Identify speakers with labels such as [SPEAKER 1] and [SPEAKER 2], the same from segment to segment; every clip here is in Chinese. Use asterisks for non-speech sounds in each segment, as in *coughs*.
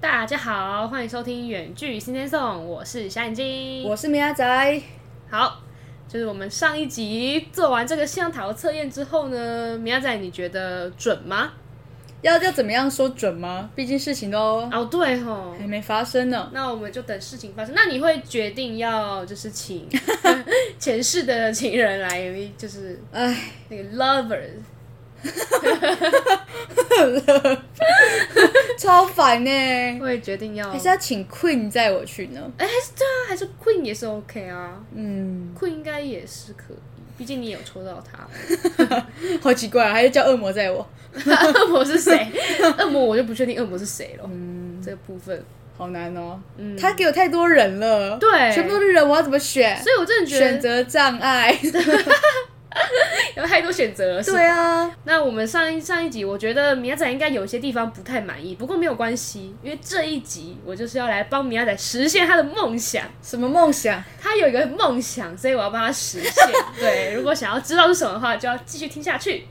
[SPEAKER 1] 大家好，欢迎收听《远距新天颂》，我是小眼睛。
[SPEAKER 2] 我是米阿仔，
[SPEAKER 1] 好，就是我们上一集做完这个向导测验之后呢，米亚仔，你觉得准吗？
[SPEAKER 2] 要要怎么样说准吗？毕竟事情都
[SPEAKER 1] 哦，对吼，
[SPEAKER 2] 还没发生呢。
[SPEAKER 1] 那我们就等事情发生。那你会决定要就是请 *laughs* 前世的情人来，就是
[SPEAKER 2] 唉，
[SPEAKER 1] 那个 lovers
[SPEAKER 2] 超烦呢、
[SPEAKER 1] 会决定要，
[SPEAKER 2] 还是要请 Queen 载我去呢？
[SPEAKER 1] 那还是 queen 也是 OK 啊
[SPEAKER 2] 嗯，
[SPEAKER 1] ，queen 应该也是可以，毕竟你有抽到他。
[SPEAKER 2] 好奇怪、啊，还是叫恶魔载我？
[SPEAKER 1] *laughs* 恶魔是谁？恶魔我就不确定恶魔是谁了。嗯，这个部分，
[SPEAKER 2] 好难哦、他给我太多人了，
[SPEAKER 1] 嗯对
[SPEAKER 2] 全部都是人，我要怎么选？
[SPEAKER 1] 所以我真的觉
[SPEAKER 2] 选
[SPEAKER 1] 得
[SPEAKER 2] 择障碍。
[SPEAKER 1] 有太多选择了。是吧
[SPEAKER 2] 对啊，
[SPEAKER 1] 那我们上一上一集，我觉得米亚仔应该有些地方不太满意，不过没有关系，因为这一集我就是要来帮米亚仔实现他的梦想。
[SPEAKER 2] *laughs* 什么梦想？
[SPEAKER 1] 他有一个梦想，所以我要帮他实现。对，如果想要知道是什么的话，就要继续听下去。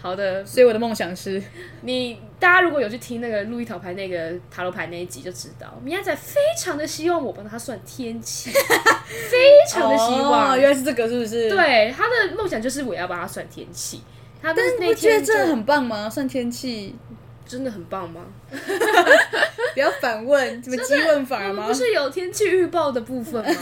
[SPEAKER 1] 好的，
[SPEAKER 2] 所以我的梦想是，
[SPEAKER 1] 你大家如果有去听那个路易塔牌那个塔罗牌那一集，就知道米亚仔非常的希望我帮他算天气，非常的希望。
[SPEAKER 2] 哦，原来是这个，是不是？。
[SPEAKER 1] 对，他的梦想就是我要帮他算天气。他
[SPEAKER 2] 但是你
[SPEAKER 1] 那
[SPEAKER 2] 不觉
[SPEAKER 1] 天
[SPEAKER 2] 得这
[SPEAKER 1] 就
[SPEAKER 2] 很棒吗？算天气，
[SPEAKER 1] 真的很棒吗？
[SPEAKER 2] 不要反问，怎么激问法
[SPEAKER 1] 我们
[SPEAKER 2] 吗
[SPEAKER 1] 不？是有天气预报的部分吗？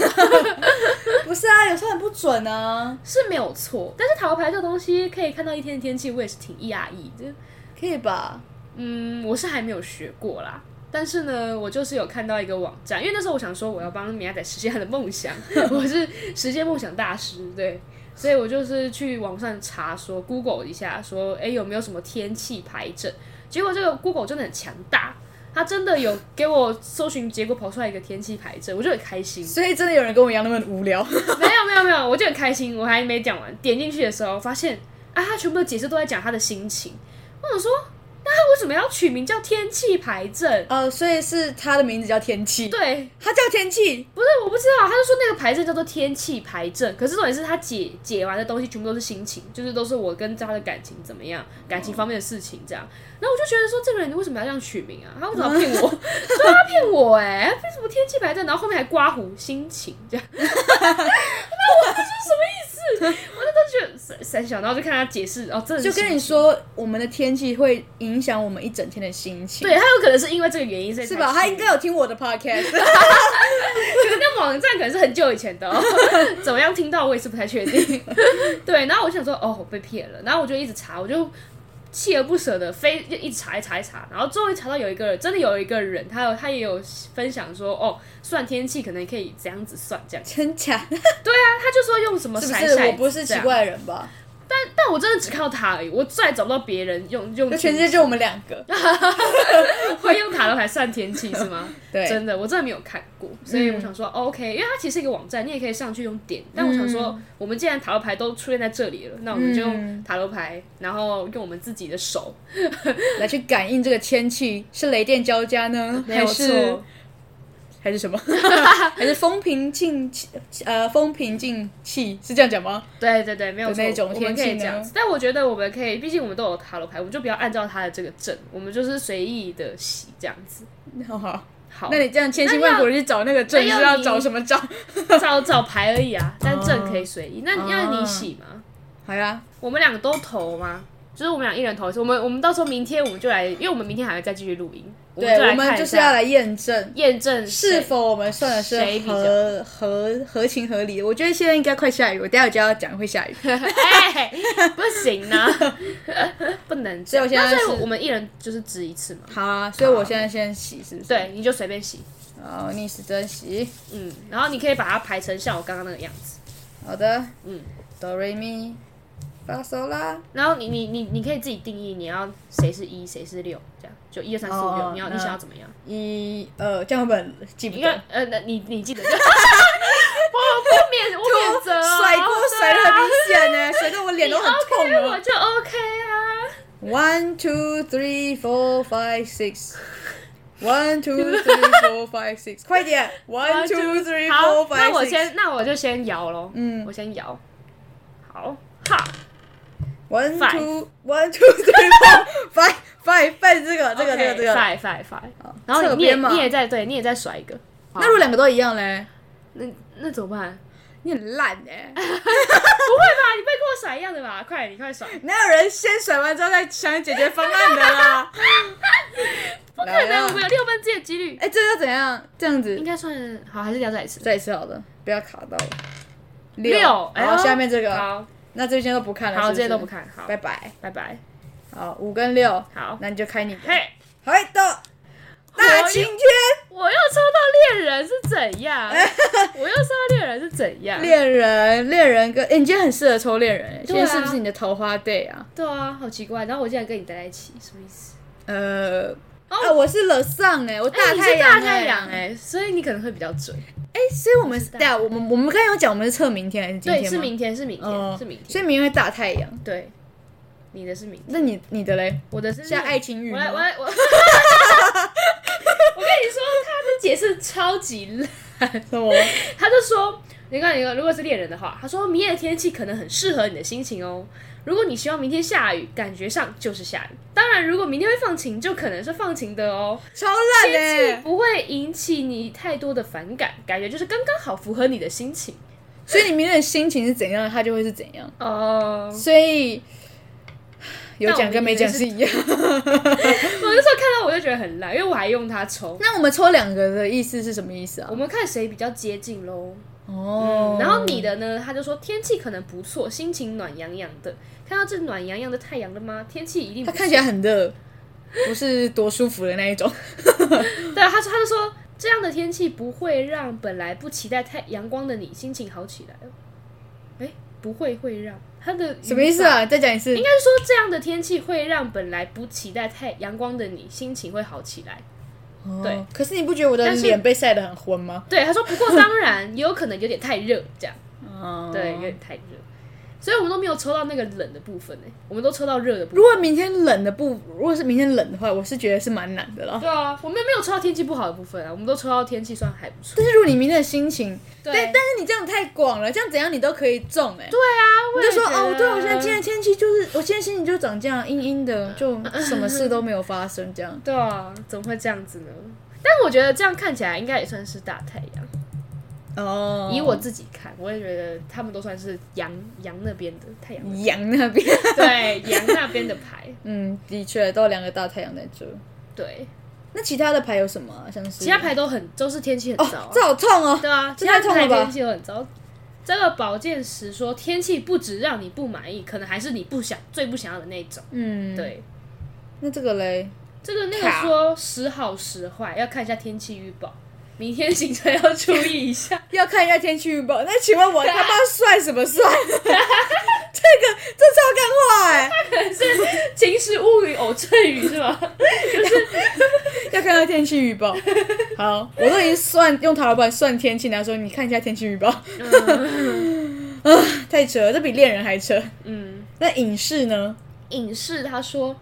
[SPEAKER 2] *laughs* 不是啊，有时候很不准啊。
[SPEAKER 1] 是没有错，但是塔罗牌这个东西可以看到一天的天气，我也是挺讶异的。
[SPEAKER 2] 可以吧？
[SPEAKER 1] 嗯，我是还没有学过啦。但是呢，我就是有看到一个网站，因为那时候我想说我要帮米亚仔实现他的梦想， *laughs* 我是实现梦想大师，对，所以我就是去网上查说，Google 一下说，哎、有没有什么天气牌阵？结果这个 Google 真的很强大，它真的有给我搜寻结果跑出来一个天气牌阵，我就很开心。
[SPEAKER 2] 所以真的有人跟我一样那么无聊， *laughs*
[SPEAKER 1] 没有没有没有，我就很开心，我还没讲完。点进去的时候发现啊，他全部的解释都在讲他的心情。我想说，那他为什么要取名叫天气牌阵？
[SPEAKER 2] 呃，所以是他的名字叫天气，
[SPEAKER 1] 对，
[SPEAKER 2] 他叫天气，
[SPEAKER 1] 不是我不知道，他就说那个牌阵叫做天气牌阵，可是重点是他解解完的东西全部都是心情，就是都是我跟他的感情怎么样，感情方面的事情这样。然后我就觉得说，这个人为什么要这样取名啊？他为什么要骗我？
[SPEAKER 2] *laughs*
[SPEAKER 1] 对，他骗我哎、欸，为什么天气牌阵？然后后面还刮胡心情这样。 *laughs* 那我就说什么意思？我那时候觉得三三小，然后就看他解释，哦，真的是
[SPEAKER 2] 就跟
[SPEAKER 1] 心
[SPEAKER 2] 你
[SPEAKER 1] 情。
[SPEAKER 2] 说我们的天气会影响我们一整天的心情，
[SPEAKER 1] 对他有可能是因为这个原因，所以
[SPEAKER 2] 是
[SPEAKER 1] 才
[SPEAKER 2] 吧？他
[SPEAKER 1] 取
[SPEAKER 2] 应该有听我的
[SPEAKER 1] *laughs*
[SPEAKER 2] podcast，
[SPEAKER 1] 那网站可能是很久以前的、哦， *laughs* 怎么样听到我也是不太确定。 *laughs* 对，然后我想说，哦，我被骗了，然后我就一直查，我就锲而不舍的非就一直查一查一查，然后终于查到有一个人，真的有一个人，他有他也有分享说，哦，算天气可能可以怎样子算这样，
[SPEAKER 2] 真假？
[SPEAKER 1] 他就说用什么
[SPEAKER 2] *laughs* 是
[SPEAKER 1] 骰
[SPEAKER 2] 不
[SPEAKER 1] 骰
[SPEAKER 2] 是
[SPEAKER 1] 子这样
[SPEAKER 2] 我不是奇，怪的人吧？
[SPEAKER 1] 但我真的只靠他而已，我再找不到别人用用
[SPEAKER 2] 那全世界就我们两
[SPEAKER 1] *laughs*
[SPEAKER 2] 个，
[SPEAKER 1] 会用塔罗牌算天气是吗？
[SPEAKER 2] *laughs* 对，嗯
[SPEAKER 1] 真的，我真的没有看过，所以我想说、哦 OK，因为它其实是一个网站，你也可以上去用点。但
[SPEAKER 2] 嗯
[SPEAKER 1] 我想说，我们既然塔罗牌都出现在这里了，那我们就用塔罗牌，然后用我们自己的手，
[SPEAKER 2] 来去感应这个天气是雷电交加呢，
[SPEAKER 1] 没有
[SPEAKER 2] 还是
[SPEAKER 1] 错。
[SPEAKER 2] 还
[SPEAKER 1] *laughs*
[SPEAKER 2] 是什么？还是风平静气？呃，风平静气是这样讲吗？
[SPEAKER 1] 对对对，没有错
[SPEAKER 2] 的那种
[SPEAKER 1] 我们可
[SPEAKER 2] 天
[SPEAKER 1] 以
[SPEAKER 2] 气
[SPEAKER 1] 这样
[SPEAKER 2] 呢
[SPEAKER 1] 子。但我觉得我们可以，毕竟我们都有塔罗牌，我们就不要按照它的这个阵，我们就是随意的洗这样子。
[SPEAKER 2] 好好，
[SPEAKER 1] 好，
[SPEAKER 2] 那你这样千辛万苦地去找那个证，
[SPEAKER 1] 那要
[SPEAKER 2] 是要找什么证？
[SPEAKER 1] 找找牌而已啊，但阵可以随意。
[SPEAKER 2] 哦
[SPEAKER 1] 那你要你洗吗？
[SPEAKER 2] 好呀，
[SPEAKER 1] 我们两个都投吗？就是我们俩一人投一次。我们我们到时候明天我们就来，因为我们明天还会再继续录音，我们就
[SPEAKER 2] 对，
[SPEAKER 1] 来
[SPEAKER 2] 我
[SPEAKER 1] 看
[SPEAKER 2] 们
[SPEAKER 1] 一
[SPEAKER 2] 就是
[SPEAKER 1] 下
[SPEAKER 2] 要来验证
[SPEAKER 1] 验证
[SPEAKER 2] 是
[SPEAKER 1] 谁
[SPEAKER 2] 否我们算的是
[SPEAKER 1] 谁比较
[SPEAKER 2] 合合合情合理的。我觉得现在应该快下雨，我待会就要讲会下
[SPEAKER 1] *laughs*
[SPEAKER 2] 雨，
[SPEAKER 1] *laughs* 哎、不行啊， *laughs* 不能这样。
[SPEAKER 2] 所以我现在
[SPEAKER 1] 那所以
[SPEAKER 2] 是
[SPEAKER 1] 我们一人就是值一次嘛。
[SPEAKER 2] 好啊，所以我现在先洗是不是？，
[SPEAKER 1] 对，你就随便洗，
[SPEAKER 2] 好，逆时针洗，
[SPEAKER 1] 嗯，然后你可以把它排成像我刚刚那个样子，
[SPEAKER 2] 好的，
[SPEAKER 1] 嗯，
[SPEAKER 2] 哆瑞咪发嗦啦，
[SPEAKER 1] 然后你你你你可以自己定义你要谁是一谁是六，这样就一二三四五
[SPEAKER 2] 哦
[SPEAKER 1] 六，你要你
[SPEAKER 2] 嗯
[SPEAKER 1] 想要怎么样？
[SPEAKER 2] 一呃，这样会不会记不
[SPEAKER 1] 你看
[SPEAKER 2] 得？，
[SPEAKER 1] 呃，那你你记 *laughs* 得就，我不免我免责啊、
[SPEAKER 2] *laughs* 甩锅甩的很明显呢，甩到我脸
[SPEAKER 1] 你
[SPEAKER 2] 都很
[SPEAKER 1] OK
[SPEAKER 2] 痛
[SPEAKER 1] 我
[SPEAKER 2] 啊。
[SPEAKER 1] 就 OK 啊。
[SPEAKER 2] One two three four five six， One two
[SPEAKER 1] *laughs*
[SPEAKER 2] three four five six，快点！One two three
[SPEAKER 1] 好
[SPEAKER 2] four，five
[SPEAKER 1] 那我
[SPEAKER 2] six。
[SPEAKER 1] 先，那我就先摇喽。
[SPEAKER 2] 嗯
[SPEAKER 1] 我先摇。好，哈，
[SPEAKER 2] One
[SPEAKER 1] five
[SPEAKER 2] two one two three four five five five 这个这个这个这个。
[SPEAKER 1] 快快快！然后
[SPEAKER 2] 侧
[SPEAKER 1] 你也
[SPEAKER 2] 边嘛
[SPEAKER 1] 你也再对，你也再甩一个。
[SPEAKER 2] 那如果两个都一样嘞？
[SPEAKER 1] 那那怎么办？
[SPEAKER 2] 你很烂哎！
[SPEAKER 1] 不会吧？你被跟我甩一样的吧？快，你快甩！
[SPEAKER 2] 哪有人先甩完之后再想解决方案的啦？
[SPEAKER 1] *laughs*
[SPEAKER 2] 不
[SPEAKER 1] 不可能，我们有六分之一的几率。
[SPEAKER 2] 哎，这要怎样？这样子
[SPEAKER 1] 应该算好，还是要再一次？
[SPEAKER 2] 再一次好了，不要卡到了。
[SPEAKER 1] 六哎呦
[SPEAKER 2] 然后下面这个，
[SPEAKER 1] 好，
[SPEAKER 2] 那这些都不看了，
[SPEAKER 1] 好，这
[SPEAKER 2] 是不是
[SPEAKER 1] 些都不，看，好，
[SPEAKER 2] 拜拜。
[SPEAKER 1] 拜拜。
[SPEAKER 2] 好，五跟六，
[SPEAKER 1] 好，
[SPEAKER 2] 那你就开你的。
[SPEAKER 1] 嘿，
[SPEAKER 2] 好的，大晴天
[SPEAKER 1] 我又抽到恋人是怎
[SPEAKER 2] *laughs*
[SPEAKER 1] 样？我又抽到恋人是怎样？
[SPEAKER 2] 恋人，恋人跟哎，你今天很适合抽恋人哎，今
[SPEAKER 1] 对啊
[SPEAKER 2] 天是不是你的桃花 day 啊？
[SPEAKER 1] 对啊，好奇怪。然后我竟然跟你待在一起，什么意思？
[SPEAKER 2] 呃，
[SPEAKER 1] 哦
[SPEAKER 2] 啊，我是冷上哎，我
[SPEAKER 1] 哎、
[SPEAKER 2] 大
[SPEAKER 1] 你
[SPEAKER 2] 太
[SPEAKER 1] 是
[SPEAKER 2] 阳
[SPEAKER 1] 大太阳
[SPEAKER 2] 哎，
[SPEAKER 1] 哎、所以你可能会比较准。
[SPEAKER 2] 哎，所以我们
[SPEAKER 1] 我
[SPEAKER 2] 是
[SPEAKER 1] 知道
[SPEAKER 2] 对啊，我们我们刚才有讲我们是测明天还是今天
[SPEAKER 1] 对，
[SPEAKER 2] 吗
[SPEAKER 1] 是明天，是明天，
[SPEAKER 2] 哦
[SPEAKER 1] 是明天。
[SPEAKER 2] 所以明天会大太阳。
[SPEAKER 1] 对，你的是明天，
[SPEAKER 2] 那你你
[SPEAKER 1] *laughs*
[SPEAKER 2] 的嘞？
[SPEAKER 1] 我的是
[SPEAKER 2] 像
[SPEAKER 1] 日
[SPEAKER 2] 爱情雨
[SPEAKER 1] 我
[SPEAKER 2] 吗
[SPEAKER 1] 来，我
[SPEAKER 2] *laughs*
[SPEAKER 1] 来，我。我跟你说，他的解释超级烂。
[SPEAKER 2] 什么？
[SPEAKER 1] 他就说，你看，你看，如果是恋人的话，他说明夜的天气可能很适合你的心情哦。如果你希望明天下雨，感觉上就是下雨。当然，如果明天会放晴，就可能是放晴的哦。
[SPEAKER 2] 超烂欸
[SPEAKER 1] 天气
[SPEAKER 2] 嘞！
[SPEAKER 1] 不会引起你太多的反感，感觉就是刚刚好符合你的心情。
[SPEAKER 2] 所以你明天的心情是怎样，它就会是怎样。
[SPEAKER 1] 哦、
[SPEAKER 2] 所以有
[SPEAKER 1] 但我
[SPEAKER 2] 讲跟没讲
[SPEAKER 1] 明
[SPEAKER 2] 是一样。
[SPEAKER 1] 我那时候看到我就觉得很烂，因为我还用它抽。
[SPEAKER 2] 那我们抽两个的意思是什么意思啊
[SPEAKER 1] 我？们看谁比较接近喽。
[SPEAKER 2] 哦，
[SPEAKER 1] 然后你的呢？他就说天气可能不错，心情暖洋洋的。看到这暖洋洋的太阳了吗？天气
[SPEAKER 2] *laughs*
[SPEAKER 1] 一定
[SPEAKER 2] 它
[SPEAKER 1] 不
[SPEAKER 2] 看起来很热，不是多舒服的那
[SPEAKER 1] *laughs*
[SPEAKER 2] 一种。
[SPEAKER 1] 对，啊他说他就说这样的天气不会让本来不期待太阳光的你心情好起来哦。哎，不会会让他的
[SPEAKER 2] 什么意思
[SPEAKER 1] 啊？
[SPEAKER 2] 啊？再讲一次
[SPEAKER 1] 应。该是说这样的天气会让本来不期待太阳光的你心情会好起来。
[SPEAKER 2] 哦
[SPEAKER 1] 嗯对，
[SPEAKER 2] 可是你不觉得我的
[SPEAKER 1] 但是
[SPEAKER 2] 脸被晒得很昏吗？
[SPEAKER 1] 对，他说不过当
[SPEAKER 2] *laughs*
[SPEAKER 1] 然也有可能有点太热，这样
[SPEAKER 2] 哦
[SPEAKER 1] 对，有点太热。所以我们都没有抽到那个冷的部分呢、我们都抽到热的部
[SPEAKER 2] 如
[SPEAKER 1] 分。
[SPEAKER 2] 果明天冷的不，如果是明天冷的话，我是觉得是蛮难的啦。
[SPEAKER 1] 对啊，我们没有抽到天气不好的部分啊，我们都抽到天气算还不错。
[SPEAKER 2] 但是如果你明天的心情，
[SPEAKER 1] 对啊
[SPEAKER 2] 但但是你这样太广了，这样怎样你都可以中哎、对，
[SPEAKER 1] 我
[SPEAKER 2] 你
[SPEAKER 1] 也
[SPEAKER 2] 就说
[SPEAKER 1] 觉
[SPEAKER 2] 哦，
[SPEAKER 1] 得
[SPEAKER 2] 对我现在今天天气就是，我现在心情就长这样阴阴
[SPEAKER 1] 嗯
[SPEAKER 2] 的，就什么事都没有发生这样。
[SPEAKER 1] 对啊，怎么会这样子呢？但我觉得这样看起来应该也算是大太阳。
[SPEAKER 2] 哦
[SPEAKER 1] 以我自己看，我也觉得他们都算是阳阳那边的太阳，
[SPEAKER 2] 阳那边，
[SPEAKER 1] 对阳那边的牌。
[SPEAKER 2] 嗯，的确都有两个大太阳在这。
[SPEAKER 1] 对，
[SPEAKER 2] 那其他的牌有什么、啊？像是
[SPEAKER 1] 其他牌都很都是天气很糟、
[SPEAKER 2] 哦，这好痛哦。
[SPEAKER 1] 对啊，其
[SPEAKER 2] 这
[SPEAKER 1] 他
[SPEAKER 2] 太痛
[SPEAKER 1] 牌
[SPEAKER 2] 了吧
[SPEAKER 1] 天气都很糟。这个保健师说，天气不止让你不满意，可能还是你不想最不想要的那种。
[SPEAKER 2] 嗯，。
[SPEAKER 1] 对，
[SPEAKER 2] 那这个嘞，
[SPEAKER 1] 这个那个
[SPEAKER 2] 卡
[SPEAKER 1] 说时好时坏，要看一下天气预报，明天行程要注意一下。 *laughs*
[SPEAKER 2] 要看一下天气预报。那请问我他妈算什么算？ *laughs* 这个这超干话哎、
[SPEAKER 1] 晴时乌云偶阵雨是吗？
[SPEAKER 2] 要看一下天气预 *laughs* 报。好，我都已经算用塔罗牌算天气，然后说你看一下天气预报。 *laughs* 啊，太扯了，这比恋人还扯。
[SPEAKER 1] 嗯，
[SPEAKER 2] 那影视呢？
[SPEAKER 1] 影视他说，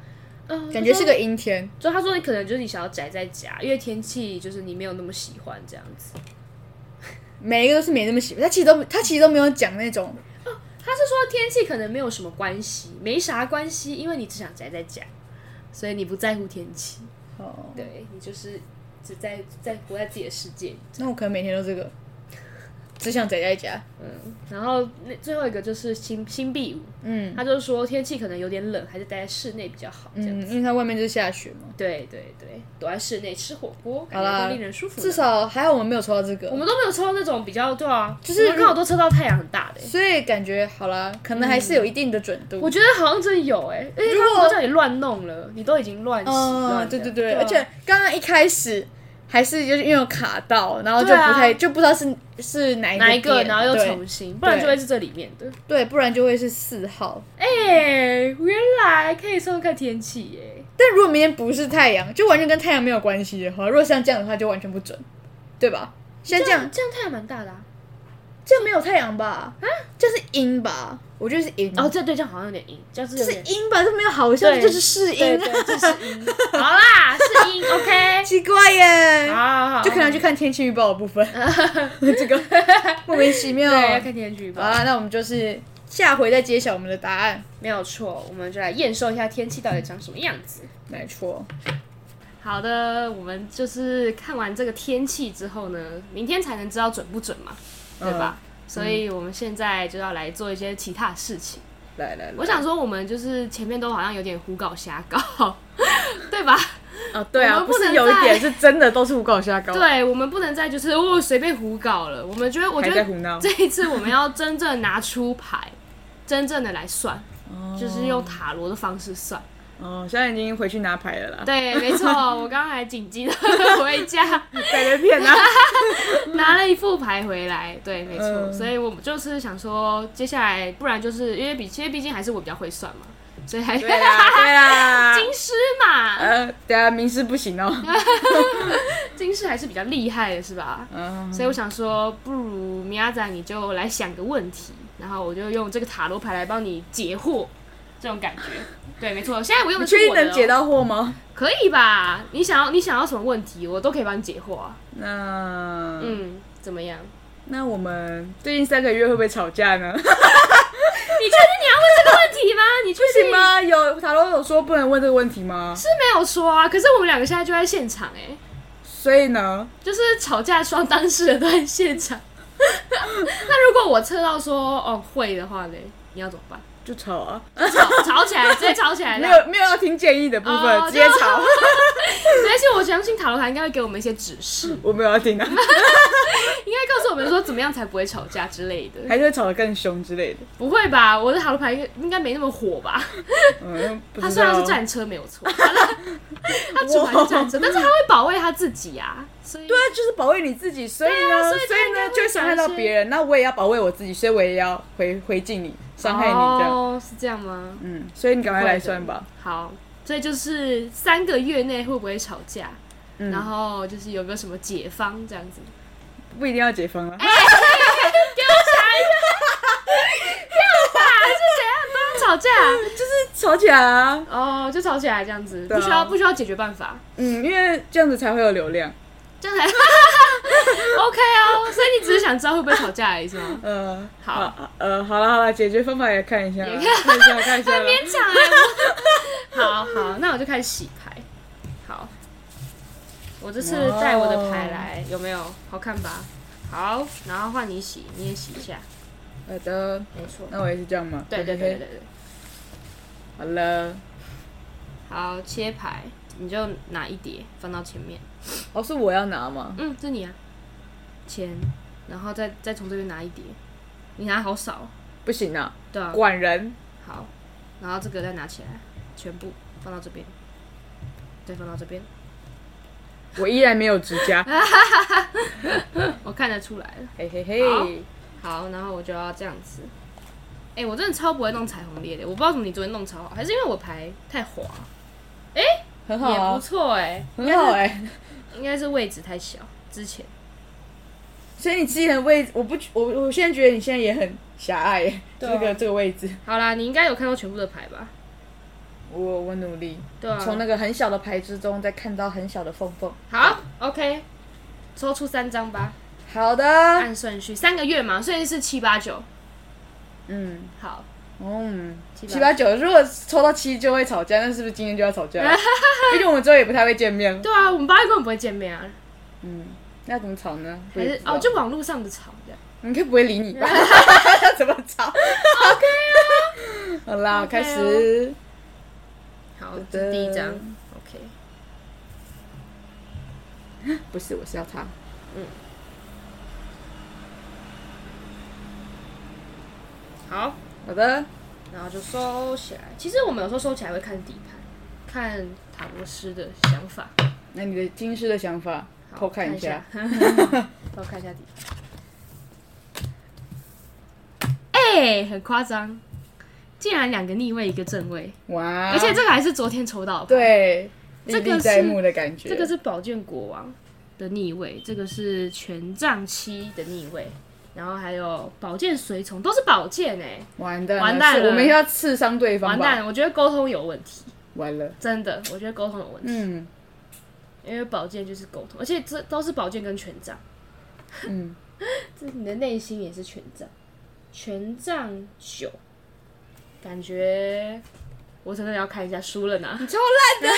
[SPEAKER 1] 嗯、
[SPEAKER 2] 感觉是个阴天。
[SPEAKER 1] 就他说你可能就是你想要宅在家，因为天气就是你没有那么喜欢这样子。
[SPEAKER 2] 每一个都是没那么喜欢，他其实都他其实都没有讲那种
[SPEAKER 1] 他是说天气可能没有什么关系，没啥关系，因为你只想宅在家，所以你不在乎天气，
[SPEAKER 2] 哦。
[SPEAKER 1] 对你就是只在在活在自己的世界里。
[SPEAKER 2] 那我可能每天都这个，只想宅在家。
[SPEAKER 1] 嗯，然后那最后一个就是星星币五，
[SPEAKER 2] 嗯
[SPEAKER 1] 他就说天气可能有点冷，还是待在室内比较好这样
[SPEAKER 2] 嗯，
[SPEAKER 1] 子。
[SPEAKER 2] 因为他外面就是下雪嘛。
[SPEAKER 1] 对对对，躲在室内吃火锅，感
[SPEAKER 2] 好
[SPEAKER 1] 觉
[SPEAKER 2] 啦
[SPEAKER 1] 会令人舒服呢。
[SPEAKER 2] 至少还好我们没有抽到这
[SPEAKER 1] 我
[SPEAKER 2] 个，
[SPEAKER 1] 们都没有抽到那种比较对啊，
[SPEAKER 2] 就是
[SPEAKER 1] 我们刚好都抽到太阳很大的欸、
[SPEAKER 2] 所以感觉好啦，可能还是有一定的准度。
[SPEAKER 1] 我觉得好像真的有哎、欸，因为
[SPEAKER 2] 如果
[SPEAKER 1] 他们都叫你乱弄了，你都已经乱洗乱、
[SPEAKER 2] 嗯，对对对，
[SPEAKER 1] 啊
[SPEAKER 2] 而且刚刚一开始还是就是因为有卡到，然后就
[SPEAKER 1] 对啊
[SPEAKER 2] 不太、就不知道是是哪一
[SPEAKER 1] 哪一个，
[SPEAKER 2] 个，
[SPEAKER 1] 然后又
[SPEAKER 2] 对
[SPEAKER 1] 重新，不然就会是这里面的。
[SPEAKER 2] 对，不然就会是四号。
[SPEAKER 1] 哎、原来可以算看天气耶、
[SPEAKER 2] 但如果明天不是太阳，就完全跟太阳没有关系的话，如果像这样的话，就完全不准，对吧？像这样
[SPEAKER 1] 这样太阳蛮大的啊。
[SPEAKER 2] 这样没有太阳吧？啊，这样是阴吧？我觉得是阴，
[SPEAKER 1] 哦，这对这样好像有点硬，这样是有
[SPEAKER 2] 是
[SPEAKER 1] 点
[SPEAKER 2] 阴吧，这没有好笑，
[SPEAKER 1] 对
[SPEAKER 2] 这就是是
[SPEAKER 1] 对
[SPEAKER 2] 阴，
[SPEAKER 1] 对，这是阴。好啦，是 *laughs* 阴，OK。
[SPEAKER 2] *laughs* 奇怪耶。
[SPEAKER 1] 好好好，
[SPEAKER 2] 就可能去看天气预报的
[SPEAKER 1] *laughs*
[SPEAKER 2] 部分，这个莫名其妙。
[SPEAKER 1] 对，要看天气预
[SPEAKER 2] 好
[SPEAKER 1] 报，
[SPEAKER 2] 啦，那我们就是下回再揭晓我们的答案。
[SPEAKER 1] 没有错。我们就来验收一下天气到底长什么样子。
[SPEAKER 2] 没错，
[SPEAKER 1] 好的，我们就是看完这个天气之后呢，明天才能知道准不准嘛，对吧？所以我们现在就要来做一些其他事情。
[SPEAKER 2] 来来来，
[SPEAKER 1] 我想说，我们就是前面都好像有点胡搞瞎搞， *laughs* 对吧？
[SPEAKER 2] 啊，对
[SPEAKER 1] 我
[SPEAKER 2] 啊，
[SPEAKER 1] 们
[SPEAKER 2] 不
[SPEAKER 1] 不能
[SPEAKER 2] 是有一
[SPEAKER 1] 再
[SPEAKER 2] 点是真的都是胡搞瞎搞，，
[SPEAKER 1] 对，我们不能再就是哦随便胡搞了。我们觉得，我觉
[SPEAKER 2] 还在
[SPEAKER 1] 得
[SPEAKER 2] 胡闹，
[SPEAKER 1] 这一次我们要真正拿出牌，真正的来算，就是用塔罗的方式算。
[SPEAKER 2] 哦，现在已经回去拿牌了啦， *laughs*
[SPEAKER 1] 对，没错，我刚刚还紧急的 *laughs* 回家
[SPEAKER 2] 感觉
[SPEAKER 1] *laughs*
[SPEAKER 2] 骗啊，
[SPEAKER 1] 拿了一副牌回来。对，没错，
[SPEAKER 2] 嗯
[SPEAKER 1] 所以我们就是想说，接下来不然就是因为比，其实毕竟还是我比较会算嘛，所以还
[SPEAKER 2] 对啊啦对
[SPEAKER 1] *laughs*
[SPEAKER 2] 啦，
[SPEAKER 1] 金师嘛，
[SPEAKER 2] 呃，等下名师不行哦，
[SPEAKER 1] 金师还是比较厉害的，是吧？
[SPEAKER 2] 嗯，
[SPEAKER 1] 所以我想说，不如米亚仔你就来想个问题，然后我就用这个塔罗牌来帮你解惑，这种感
[SPEAKER 2] *laughs*
[SPEAKER 1] 觉。对，没错。现在我用
[SPEAKER 2] 你
[SPEAKER 1] 的是
[SPEAKER 2] 确定
[SPEAKER 1] 我的、
[SPEAKER 2] 能解，到惑吗？
[SPEAKER 1] 可以吧？你想要你想要什么问题，我都可以帮你解惑啊。
[SPEAKER 2] 那
[SPEAKER 1] 嗯，怎么样？
[SPEAKER 2] 那我们最近三个月会不会吵架呢？
[SPEAKER 1] 你确定你要问这个问
[SPEAKER 2] *laughs*
[SPEAKER 1] 题吗？你确
[SPEAKER 2] 是
[SPEAKER 1] 定？
[SPEAKER 2] 吗？有塔罗有说不能问这个问题吗？
[SPEAKER 1] 是没有说啊，可是我们两个现在就在现场哎、
[SPEAKER 2] 所以呢，
[SPEAKER 1] 就是吵架双当事人都在现场。 *laughs* 那如果我测到说哦会的话嘞，你要怎么办？
[SPEAKER 2] 就吵啊，
[SPEAKER 1] 吵 *laughs* 吵起来，直接吵起来，
[SPEAKER 2] 没有没有要听建议的部分，
[SPEAKER 1] 哦
[SPEAKER 2] 直接
[SPEAKER 1] *laughs*
[SPEAKER 2] 吵， *laughs*
[SPEAKER 1] 而且我相信塔罗牌应该会给我们一些指示，
[SPEAKER 2] 我没有要
[SPEAKER 1] *laughs*
[SPEAKER 2] 听啊，
[SPEAKER 1] 应该告诉我们说怎么样才不会吵架之类的。
[SPEAKER 2] 还是会吵得更凶之类的。
[SPEAKER 1] 不会吧？我的塔罗牌应该没那么火吧？
[SPEAKER 2] 嗯，不
[SPEAKER 1] 他
[SPEAKER 2] 知
[SPEAKER 1] 虽然
[SPEAKER 2] 道
[SPEAKER 1] 是。战车没有
[SPEAKER 2] *laughs*
[SPEAKER 1] 错，好了他主牌是战车，但是他会保卫他自己啊。所以
[SPEAKER 2] 对啊，就是保卫你自己，所以呢，
[SPEAKER 1] 啊所以他
[SPEAKER 2] 所以
[SPEAKER 1] 应该
[SPEAKER 2] 呢
[SPEAKER 1] 会
[SPEAKER 2] 就会伤害到
[SPEAKER 1] 讲一些
[SPEAKER 2] 别人。那我也要保卫我自己，所以我也要回回敬你，伤啊害你这样。
[SPEAKER 1] 哦，是这样吗？
[SPEAKER 2] 嗯，所以你赶快来算吧。
[SPEAKER 1] 好，所以就是三个月内会不会吵架？
[SPEAKER 2] 嗯
[SPEAKER 1] 然后就是有没有什么解方这样子？ *laughs*
[SPEAKER 2] 不一定要解封了。
[SPEAKER 1] 哎
[SPEAKER 2] 啊
[SPEAKER 1] *laughs* 还是怎样？都要吵架
[SPEAKER 2] 吵起来啊，
[SPEAKER 1] 哦，就吵起来这样子，
[SPEAKER 2] 对啊
[SPEAKER 1] 不需要不需要解决办法。
[SPEAKER 2] 嗯，因为这样子才会有流量。
[SPEAKER 1] 这样才 *laughs* OK 哦。所以你只是想知道会不会吵架而已，是吗？
[SPEAKER 2] 呃，
[SPEAKER 1] 好， *laughs*
[SPEAKER 2] 呃，好了好了，解决方法也看一下，
[SPEAKER 1] 也
[SPEAKER 2] 看
[SPEAKER 1] 看
[SPEAKER 2] 一下，看一下啦。
[SPEAKER 1] 勉强哎、我好好，那我就开始洗牌。好，我这次带我的牌来，有没有好看吧？好，然后换你洗，你也洗一下，
[SPEAKER 2] 好的，
[SPEAKER 1] 没错。
[SPEAKER 2] 那我也是这样吗？
[SPEAKER 1] 对对对对
[SPEAKER 2] OK，
[SPEAKER 1] 对对，
[SPEAKER 2] 好了，
[SPEAKER 1] 好，切牌，你就拿一叠放到前面。
[SPEAKER 2] 哦，是我要拿吗？
[SPEAKER 1] 嗯，这你啊，钱，然后再再从这边拿一叠，你拿好少哦，
[SPEAKER 2] 不行啊，
[SPEAKER 1] 对啊，
[SPEAKER 2] 管人。
[SPEAKER 1] 好，然后这个再拿起来，全部放到这边，对，放到这边，
[SPEAKER 2] 我依然没有指
[SPEAKER 1] *laughs*
[SPEAKER 2] 甲，
[SPEAKER 1] 啊我看得出来了。
[SPEAKER 2] 嘿嘿
[SPEAKER 1] 好
[SPEAKER 2] 嘿，
[SPEAKER 1] 好，然后我就要这样子。哎、我真的超不会弄彩虹列的，我不知道为什么你昨天弄超好，还是因为我牌太
[SPEAKER 2] *laughs*
[SPEAKER 1] 滑，
[SPEAKER 2] 很好
[SPEAKER 1] 也不
[SPEAKER 2] 啊，
[SPEAKER 1] 错哎、
[SPEAKER 2] 很好哎、
[SPEAKER 1] 应该是位置太小。之前
[SPEAKER 2] 所以你之前的位置，我不，我我现在觉得你现在也很狭隘耶、
[SPEAKER 1] 对啊
[SPEAKER 2] 这个这个位置，
[SPEAKER 1] 好啦，你应该有看到全部的牌吧？
[SPEAKER 2] 我我努力
[SPEAKER 1] 对啊，
[SPEAKER 2] 从那个很小的牌之中再看到很小的缝缝。
[SPEAKER 1] 好，OK，抽出三张吧，
[SPEAKER 2] 好的，
[SPEAKER 1] 按顺序，三个月嘛，所以是七八九。
[SPEAKER 2] 嗯。
[SPEAKER 1] 好，
[SPEAKER 2] 嗯，
[SPEAKER 1] 七八
[SPEAKER 2] 七八九，如果抽到七就会吵架，那是不是今天就要吵
[SPEAKER 1] *laughs*
[SPEAKER 2] 架了？毕竟我们之后也不太会见面。
[SPEAKER 1] 对啊，我们八月根本不会见面啊，
[SPEAKER 2] 嗯，那怎么吵呢？
[SPEAKER 1] 还是哦，就网络上的吵这样。
[SPEAKER 2] 你可以不会理你
[SPEAKER 1] *laughs*
[SPEAKER 2] 吧？ *laughs* 怎么吵？OK 啊，好啦，
[SPEAKER 1] OK
[SPEAKER 2] 开始。
[SPEAKER 1] 好，
[SPEAKER 2] 的
[SPEAKER 1] 这是第一张，OK。
[SPEAKER 2] 不是，我是要他。
[SPEAKER 1] 嗯好，
[SPEAKER 2] 好的，
[SPEAKER 1] 然后就收起来。其实我们有时候收起来会看底牌，看塔罗师的想法，
[SPEAKER 2] 那你的金师的想法，
[SPEAKER 1] 好
[SPEAKER 2] 偷看一下。， *laughs*
[SPEAKER 1] 偷看一下底牌。 *laughs* 哎、很夸张，竟然两个逆位，一个正位，
[SPEAKER 2] 哇，
[SPEAKER 1] 而且这个还是昨天抽到的。，
[SPEAKER 2] 啊对，历
[SPEAKER 1] 这个
[SPEAKER 2] 历在
[SPEAKER 1] 是
[SPEAKER 2] 目的感觉。
[SPEAKER 1] 这个是宝剑国王的逆位，这个是权杖七的逆位，然后还有保健随从，都是保健哎、
[SPEAKER 2] 完蛋了，
[SPEAKER 1] 完蛋了
[SPEAKER 2] 是我们要刺伤对方
[SPEAKER 1] 完
[SPEAKER 2] 吧？
[SPEAKER 1] 蛋，我觉得沟通有问题，
[SPEAKER 2] 完了，
[SPEAKER 1] 真的，我觉得沟通有问题，
[SPEAKER 2] 嗯
[SPEAKER 1] 因为保健就是沟通，而且这都是保健跟权杖，
[SPEAKER 2] 嗯，
[SPEAKER 1] *laughs* 这你的内心也是权杖，权杖九，感觉我真的要看一下书了呢。啊
[SPEAKER 2] 你超
[SPEAKER 1] *laughs*
[SPEAKER 2] 烂的，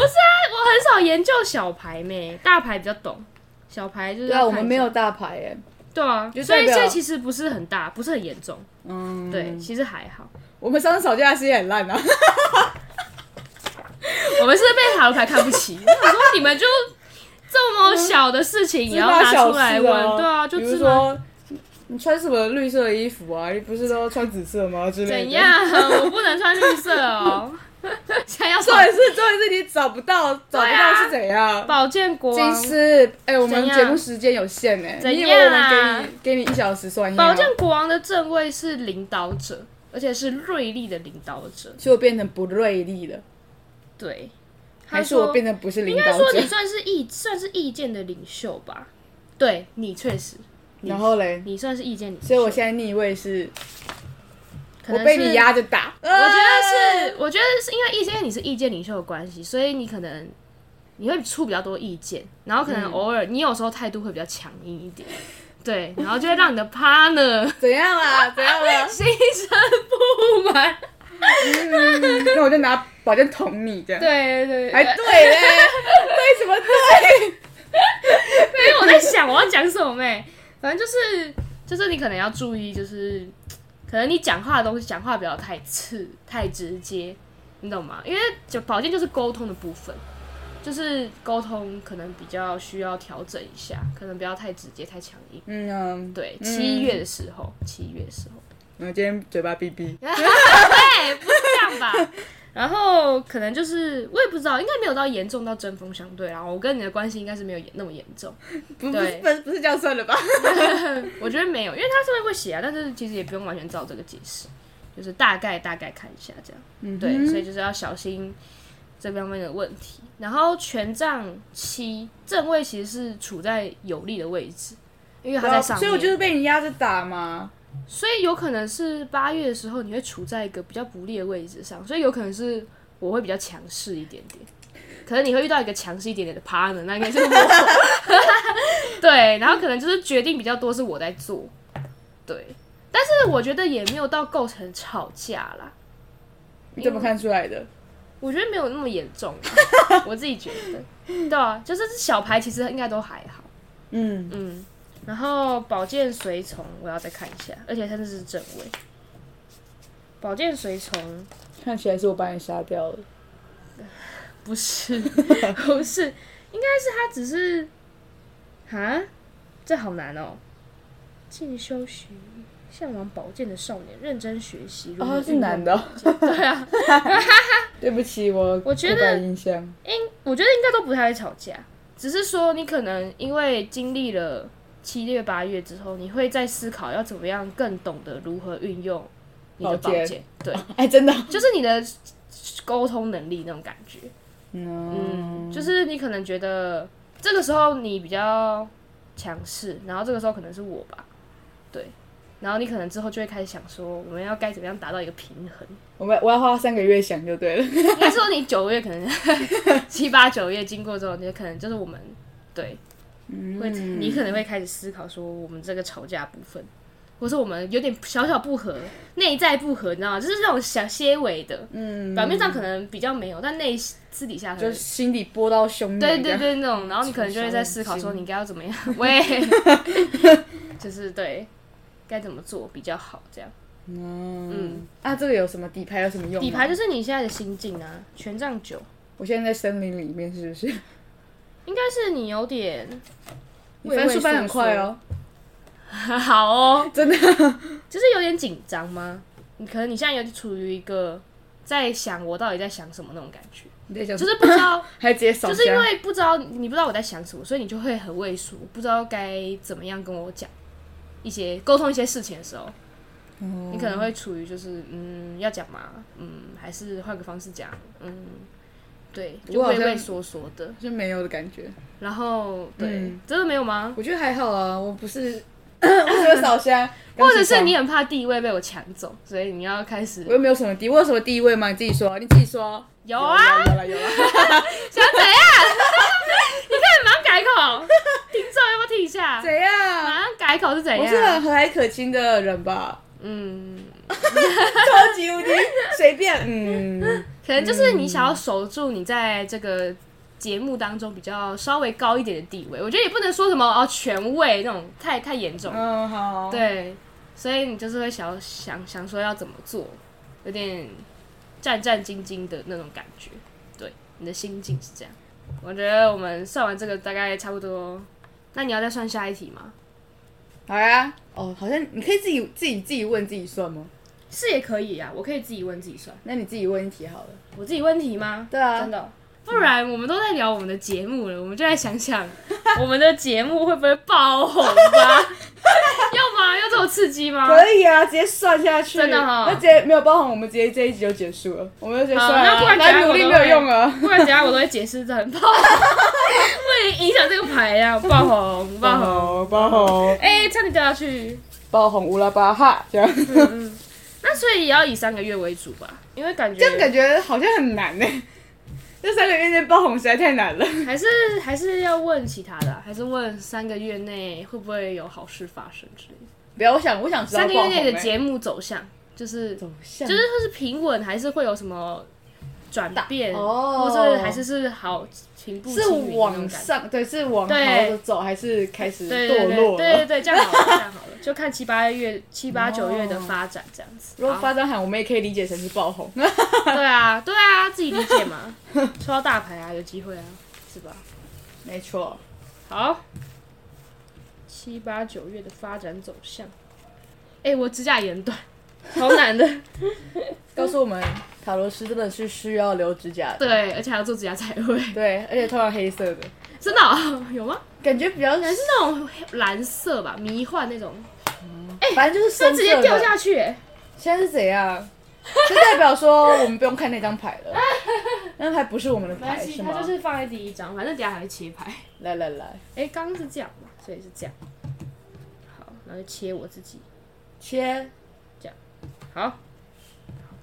[SPEAKER 1] 我很少研究小牌妹，大牌比较懂，小牌就是
[SPEAKER 2] 对啊，
[SPEAKER 1] 要
[SPEAKER 2] 我
[SPEAKER 1] 看
[SPEAKER 2] 们
[SPEAKER 1] 一
[SPEAKER 2] 没
[SPEAKER 1] 下
[SPEAKER 2] 有大牌哎，
[SPEAKER 1] 对啊，
[SPEAKER 2] 就
[SPEAKER 1] 所以
[SPEAKER 2] 代表
[SPEAKER 1] 所以其实不是很大，不是很严重，
[SPEAKER 2] 嗯，
[SPEAKER 1] 对，，其实还好。
[SPEAKER 2] 我们上次吵架的时间也很烂啊，
[SPEAKER 1] *laughs* 我们是被塔罗牌看不起， *laughs* 我说你们就这么小的事情也要
[SPEAKER 2] 芝麻
[SPEAKER 1] 拿
[SPEAKER 2] 小
[SPEAKER 1] 出来
[SPEAKER 2] 事
[SPEAKER 1] 问，
[SPEAKER 2] 啊
[SPEAKER 1] 对啊，就
[SPEAKER 2] 比如
[SPEAKER 1] 芝麻
[SPEAKER 2] 说你穿什么绿色的衣服啊？你不是都穿紫色吗？之类的。
[SPEAKER 1] 怎样？ *laughs* 我不能穿绿色哦， *laughs* 想要
[SPEAKER 2] 重点是重点是你找不到，找不
[SPEAKER 1] 对
[SPEAKER 2] 到
[SPEAKER 1] 啊
[SPEAKER 2] 是怎样？
[SPEAKER 1] 保健国
[SPEAKER 2] 金
[SPEAKER 1] 王，
[SPEAKER 2] 丝，哎、我们
[SPEAKER 1] 怎样
[SPEAKER 2] 节目时间有限哎、
[SPEAKER 1] 怎
[SPEAKER 2] 你以为我
[SPEAKER 1] 样啊
[SPEAKER 2] 们给你给你一小时算一下
[SPEAKER 1] 保健国王的正位是领导者，而且是锐利的领导者，
[SPEAKER 2] 所以我变成不锐利了，
[SPEAKER 1] 对，他
[SPEAKER 2] 还是我
[SPEAKER 1] 说
[SPEAKER 2] 变成不是领
[SPEAKER 1] 应该
[SPEAKER 2] 导
[SPEAKER 1] 说
[SPEAKER 2] 者
[SPEAKER 1] 你？算是意算是意见的领袖吧，对你确实，你
[SPEAKER 2] *laughs* 然后嘞，
[SPEAKER 1] 你算是意见领袖，
[SPEAKER 2] 所以我现在逆位是，
[SPEAKER 1] 可
[SPEAKER 2] 我
[SPEAKER 1] 能
[SPEAKER 2] 被你
[SPEAKER 1] 是
[SPEAKER 2] 压着打。啊我
[SPEAKER 1] 我觉得是，我觉得是因为意见，因为你是意见领袖的关系，所以你可能你会出比较多意见，然后可能偶尔、你有时候态度会比较强硬一点，对，然后就会让你的 partner？
[SPEAKER 2] 怎样啦？怎样啊啦
[SPEAKER 1] *laughs* 心生不满。
[SPEAKER 2] 嗯那我就拿宝剑捅你这样。
[SPEAKER 1] 对对对，
[SPEAKER 2] 哎，对嘞，对什么对？
[SPEAKER 1] 因为我在想我要讲什么妹，反正就是就是你可能要注意，就是可能你讲话的东西讲话不要太刺太直接，你懂吗？因为就保健就是沟通的部分，就是沟通可能比较需要调整一下，可能不要太直接太强硬。
[SPEAKER 2] 嗯嗯，
[SPEAKER 1] 对，
[SPEAKER 2] 嗯
[SPEAKER 1] 七月的时候，七月的时 *laughs* 候，
[SPEAKER 2] 我今天嘴巴闭闭。
[SPEAKER 1] 对，哎不是这样吧？ *laughs* 然后可能就是我也不知道，应该没有到严重到针锋相对啦。我跟你的关系应该是没有严那么严重。
[SPEAKER 2] 不不
[SPEAKER 1] 对
[SPEAKER 2] 不是不是这样算了吧？
[SPEAKER 1] 我觉得没有，因为它上面会写啊，但是其实也不用完全照这个解释，就是大概大概看一下这样。
[SPEAKER 2] 嗯
[SPEAKER 1] 对，所以就是要小心这方面的问题。然后权杖七正位其实是处在有利的位置，因为它在上面，
[SPEAKER 2] 啊所以我就是被你压着打嘛。
[SPEAKER 1] 所以有可能是八月的时候你会处在一个比较不利的位置上，所以有可能是我会比较强势一点点。可能你会遇到一个强势一点点的 partner，那应该 *laughs* 是我。对，然后可能就是决定比较多是我在做，对。但是我觉得也没有到构成吵架啦，
[SPEAKER 2] 你怎么看出来的？
[SPEAKER 1] 我觉得没有那么严重啊，我自己觉得。对啊，就是小牌其实应该都还好，
[SPEAKER 2] 嗯，
[SPEAKER 1] 嗯。然后宝剑随从我要再看一下，而且它这是正位。宝剑随从
[SPEAKER 2] 看起来是我把你杀掉了。
[SPEAKER 1] 不
[SPEAKER 2] *laughs*
[SPEAKER 1] 是不是，应该是他只是啊，这好难哦。进修学艺，向往宝剑的少年，认真学习。如何
[SPEAKER 2] 哦，是
[SPEAKER 1] 运用
[SPEAKER 2] 男的哦。 *laughs*
[SPEAKER 1] 对啊，
[SPEAKER 2] 对不起，我
[SPEAKER 1] 我觉得
[SPEAKER 2] 刻板印象。
[SPEAKER 1] 我觉得应该都不太会吵架，只是说你可能因为经历了七月八月之后，你会在思考要怎么样更懂得如何运用你的
[SPEAKER 2] 宝
[SPEAKER 1] 宝
[SPEAKER 2] 剑
[SPEAKER 1] 剑，对，
[SPEAKER 2] 哎，真的。
[SPEAKER 1] 就是你的沟通能力那种感觉。
[SPEAKER 2] 嗯
[SPEAKER 1] 嗯，就是你可能觉得这个时候你比较强势，然后这个时候可能是我吧，对，然后你可能之后就会开始想说，我们要该怎么样达到一个平衡。
[SPEAKER 2] 我们我要花三个月想就对
[SPEAKER 1] *laughs*
[SPEAKER 2] 了。
[SPEAKER 1] 应该说你九月可
[SPEAKER 2] *laughs*
[SPEAKER 1] 能七八九月经过之后，你可能就是我们对，
[SPEAKER 2] 嗯
[SPEAKER 1] 会你可能会开始思考说我们这个吵架部分，或是我们有点小小不和，内在不和，你知道吗？就是这种小些微的，
[SPEAKER 2] 嗯，
[SPEAKER 1] 表面上可能比较没有，但内私底下可
[SPEAKER 2] *laughs* 就
[SPEAKER 1] 能
[SPEAKER 2] 是心里波到汹涌。
[SPEAKER 1] 对对，对，那种，然后你可能就会在思考
[SPEAKER 2] 小
[SPEAKER 1] 说
[SPEAKER 2] 人
[SPEAKER 1] 你应该要怎么样， *laughs* 喂，
[SPEAKER 2] *laughs*
[SPEAKER 1] 就是对，该怎么做比较好，这样。
[SPEAKER 2] 嗯。啊，这个有什么底牌有什么用吗？
[SPEAKER 1] 底牌就是你现在的心境啊，权杖九，
[SPEAKER 2] 我现在在森林里面，是不是？
[SPEAKER 1] 应该是你有点
[SPEAKER 2] 你翻书翻很快哦。
[SPEAKER 1] 好哦，
[SPEAKER 2] 真的。
[SPEAKER 1] 就是有点紧张吗？你可能你现在有点处于一个在想我到底在想什么那种感觉，
[SPEAKER 2] 你在想
[SPEAKER 1] 就，是不知道，
[SPEAKER 2] 还直接扫
[SPEAKER 1] 就是因
[SPEAKER 2] 香。
[SPEAKER 1] 为不知道你不知道我在想什么，所以你就会很畏缩，不知道该怎么样跟我讲一些沟通一些事情的时候，
[SPEAKER 2] 哦
[SPEAKER 1] 你可能会处于就是嗯要讲嘛，嗯还是换个方式讲，嗯对，就
[SPEAKER 2] 我好
[SPEAKER 1] 畏
[SPEAKER 2] 像
[SPEAKER 1] 畏缩缩的。
[SPEAKER 2] 就没有的感觉，
[SPEAKER 1] 然后对
[SPEAKER 2] 嗯，
[SPEAKER 1] 真的没有吗？
[SPEAKER 2] 我觉得还好啊，我不是 *coughs* 我只会扫虾，
[SPEAKER 1] 或者
[SPEAKER 2] 刚起
[SPEAKER 1] 是
[SPEAKER 2] 床
[SPEAKER 1] 你很怕地位被我抢走，所以你要开始
[SPEAKER 2] 我又没有什么地，我有什么地位吗？你自己说，你自己说。
[SPEAKER 1] 有啊，
[SPEAKER 2] 有了有了。
[SPEAKER 1] *laughs* 想怎样？你看你马上改
[SPEAKER 2] *laughs*
[SPEAKER 1] 口，听众要不要听一下？
[SPEAKER 2] 怎样？
[SPEAKER 1] 马上改口是怎
[SPEAKER 2] 我是很
[SPEAKER 1] 样？
[SPEAKER 2] 和蔼可亲的人吧，
[SPEAKER 1] 嗯，
[SPEAKER 2] 超级无敌 *laughs* 随便。嗯，
[SPEAKER 1] 可能就是你想要守住你在这个节目当中比较稍微高一点的地位。我觉得也不能说什么哦权位那种太太严重，
[SPEAKER 2] 嗯好。，
[SPEAKER 1] 对，所以你就是会想想想说要怎么做，有点战战兢兢的那种感觉。对，你的心境是这样。我觉得我们算完这个大概差不多，那你要再算下一题吗？
[SPEAKER 2] 好呀。哦，好像你可以自己自己自己问自己算吗？
[SPEAKER 1] 是也可以啊，我可以自己问自己算。
[SPEAKER 2] 那你自己问一题好了。
[SPEAKER 1] 我自己问题吗？
[SPEAKER 2] 对啊
[SPEAKER 1] 真的哦。不然我们都在聊我们的节目了，我们就来想 *laughs* 想我们的节目会不会爆红 *laughs* 吧？要吗？要这么刺激吗？
[SPEAKER 2] 可以啊，直接算下去。
[SPEAKER 1] 真的哦
[SPEAKER 2] 那直接没有包含，我们直接这一集就结束了，我们就直接
[SPEAKER 1] 好
[SPEAKER 2] 算了。
[SPEAKER 1] 那不然等下
[SPEAKER 2] 来努力
[SPEAKER 1] 我
[SPEAKER 2] 没
[SPEAKER 1] 都
[SPEAKER 2] 有
[SPEAKER 1] 会 *laughs*
[SPEAKER 2] 用啊。
[SPEAKER 1] 不然等下我都会解释的很爆 *laughs* 红，为了影响这个牌呀、爆红爆红。
[SPEAKER 2] 红，爆红，
[SPEAKER 1] 哎、差点掉下去。
[SPEAKER 2] 爆红乌拉巴哈，这样。
[SPEAKER 1] 那所以也要以三个月为主吧，因为感觉
[SPEAKER 2] 这样感觉好像很难呢、 *laughs* 这三个月内爆红实在太难了。
[SPEAKER 1] 还是还是要问其他的啊、还是问三个月内会不会有好事发生之类的。
[SPEAKER 2] 不要，我想，我想知道
[SPEAKER 1] 三个月内
[SPEAKER 2] 爆
[SPEAKER 1] 的
[SPEAKER 2] 红欸
[SPEAKER 1] 节目走向就是
[SPEAKER 2] 走向，
[SPEAKER 1] 就是它是平稳，还是会有什么转变，
[SPEAKER 2] 大哦
[SPEAKER 1] 或者还是是好平步
[SPEAKER 2] 是
[SPEAKER 1] 青云那种
[SPEAKER 2] 往
[SPEAKER 1] 感觉。
[SPEAKER 2] 上，对，是往好
[SPEAKER 1] 对
[SPEAKER 2] 的走，还是开始
[SPEAKER 1] 对对
[SPEAKER 2] 堕
[SPEAKER 1] 对
[SPEAKER 2] 落
[SPEAKER 1] 对对
[SPEAKER 2] 了？
[SPEAKER 1] 对，这样 *laughs* 好了，这样好了，就看七八月、七八九月的发展这样子。
[SPEAKER 2] 如果
[SPEAKER 1] 好
[SPEAKER 2] 发展好，我们也可以理解成是爆红。
[SPEAKER 1] 对啊，对啊，自己理解 *laughs* 嘛。抽到大牌啊，有机会啊，是吧？
[SPEAKER 2] 没错，
[SPEAKER 1] 好，七八九月的发展走向。哎、我指甲也很短，好难 *laughs* 的。
[SPEAKER 2] 告诉我们，塔罗师真的是需要留指甲的，
[SPEAKER 1] 对，而且还要做指甲彩绘，
[SPEAKER 2] 对，而且通常黑色的，
[SPEAKER 1] 真的哦、有吗？
[SPEAKER 2] 感觉比较，
[SPEAKER 1] 是那种黑蓝色吧，迷幻那种，
[SPEAKER 2] 反正就是
[SPEAKER 1] 它
[SPEAKER 2] 深
[SPEAKER 1] 直接
[SPEAKER 2] 色
[SPEAKER 1] 掉
[SPEAKER 2] 的。
[SPEAKER 1] 下去、哎，
[SPEAKER 2] 现在是怎样？就代表说我们不用看那张牌 *laughs* 了，那张牌不是我们的
[SPEAKER 1] 没关
[SPEAKER 2] 牌
[SPEAKER 1] 系，
[SPEAKER 2] 是
[SPEAKER 1] 它
[SPEAKER 2] 吗
[SPEAKER 1] 就？是放在第一张，反正等一下还会切牌。
[SPEAKER 2] 来来来，
[SPEAKER 1] 哎、刚刚是这样嘛，所以是这样。好，然后就切我自己。
[SPEAKER 2] 切，
[SPEAKER 1] 好，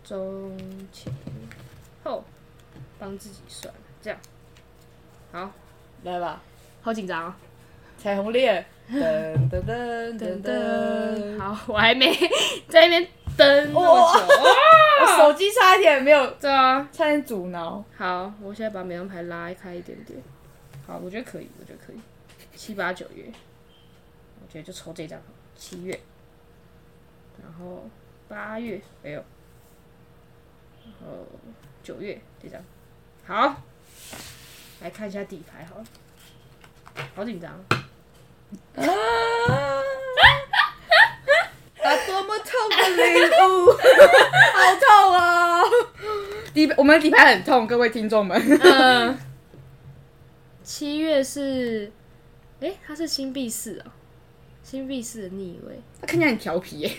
[SPEAKER 1] 中前后，帮自己算，这样。好，
[SPEAKER 2] 来吧。
[SPEAKER 1] 好紧张哦。
[SPEAKER 2] 彩虹猎，噔噔噔噔噔，
[SPEAKER 1] 好，我还没 *laughs* 在那边登那么久。
[SPEAKER 2] 我手机差一点没有，
[SPEAKER 1] 对啊，
[SPEAKER 2] 差点阻挠。
[SPEAKER 1] 好，我现在把每张牌拉开一点点。好，我觉得可以，我觉得可以。七八九月，我觉得就抽这张好了。七月，然后八月没有，然后九月这张。好，来看一下底牌好了。好紧张，
[SPEAKER 2] 啊！啊，多么痛的领悟， *laughs* 好痛啊！底我们的底牌很痛，各位听众们。 *laughs*
[SPEAKER 1] 嗯， *laughs* 七月是，哎、它是星币四哦，星币四的逆位，
[SPEAKER 2] 他看起来很调皮耶，